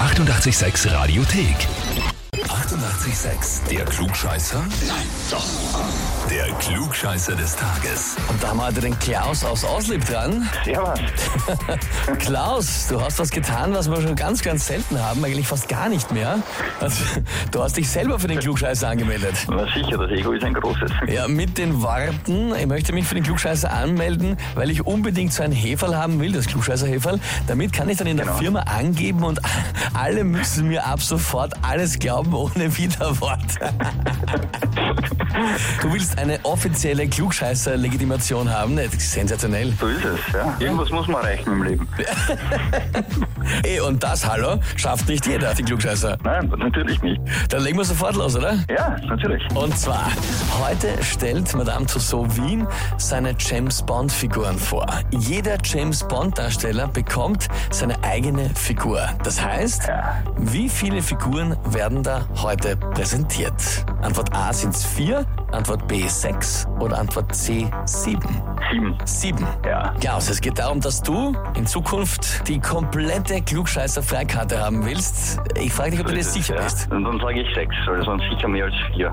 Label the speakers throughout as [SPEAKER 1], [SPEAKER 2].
[SPEAKER 1] 886 Radiothek. 88,6. Der Klugscheißer? Nein, doch. Der Klugscheißer des Tages.
[SPEAKER 2] Und da haben wir heute den Klaus aus Auslieb dran.
[SPEAKER 3] Servus.
[SPEAKER 2] Klaus, du hast was getan, was wir schon ganz, ganz selten haben, eigentlich fast gar nicht mehr. Also, du hast dich selber für den Klugscheißer angemeldet.
[SPEAKER 3] Na sicher, das Ego ist ein großes.
[SPEAKER 2] Ja, mit den Worten, ich möchte mich für den Klugscheißer anmelden, weil ich unbedingt so ein Heferl haben will, das Klugscheißer-Heferl. Damit kann ich dann in der
[SPEAKER 3] Genau.
[SPEAKER 2] Firma angeben und alle müssen mir ab sofort alles glauben, ohne Widerwort. Du willst eine offizielle Klugscheißer-Legitimation haben? Das ist sensationell.
[SPEAKER 3] So ist es, ja. Irgendwas muss man erreichen im Leben.
[SPEAKER 2] Ey, und das, hallo, schafft nicht jeder, die Klugscheißer.
[SPEAKER 3] Nein, natürlich nicht.
[SPEAKER 2] Dann legen wir sofort los, oder?
[SPEAKER 3] Ja, natürlich.
[SPEAKER 2] Und zwar, heute stellt Madame Tussauds Wien seine James Bond-Figuren vor. Jeder James Bond-Darsteller bekommt seine eigene Figur. Das heißt,
[SPEAKER 3] Ja.
[SPEAKER 2] wie viele Figuren werden da heute präsentiert? Antwort A sind es vier, Antwort B sechs oder Antwort C sieben.
[SPEAKER 3] Sieben.
[SPEAKER 2] Sieben.
[SPEAKER 3] Ja.
[SPEAKER 2] Klaus, es geht darum, dass du in Zukunft die komplette Klugscheißer-Freikarte haben willst. Ich frage dich, ob du dir sicher
[SPEAKER 3] ja.
[SPEAKER 2] bist.
[SPEAKER 3] Und dann sage ich sechs, weil es waren sicher mehr als vier.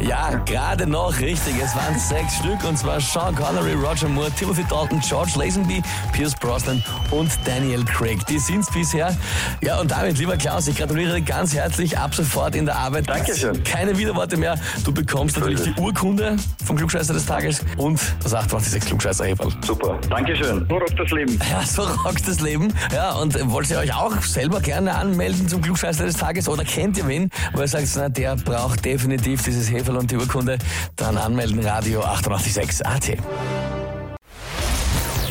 [SPEAKER 2] Ja, gerade noch richtig. Es waren sechs Stück und zwar Sean Connery, Roger Moore, Timothy Dalton, George Lazenby, Pierce Brosnan und Daniel Craig. Die sind's bisher. Ja, und damit, lieber Klaus, ich gratuliere dir ganz herzlich ab sofort in der Arbeit.
[SPEAKER 3] Dankeschön.
[SPEAKER 2] Keine Widerworte mehr. Du bekommst natürlich die Urkunde vom Klugscheißer des Tages und das 886 klugscheißer -Heferl.
[SPEAKER 3] Super. Dankeschön. So rockt das Leben.
[SPEAKER 2] Ja, so rockt das Leben. Ja, und wollt ihr euch auch selber gerne anmelden zum Klugscheißer des Tages oder kennt ihr wen, wo ihr sagt, na, der braucht definitiv dieses Heferl und die Urkunde, dann anmelden Radio 886 AT.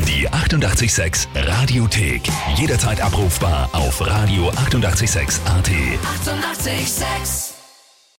[SPEAKER 1] Die 88,6 Radiothek. Jederzeit abrufbar auf radio886.at. 88,6.
[SPEAKER 4] Eighty-eight, sex.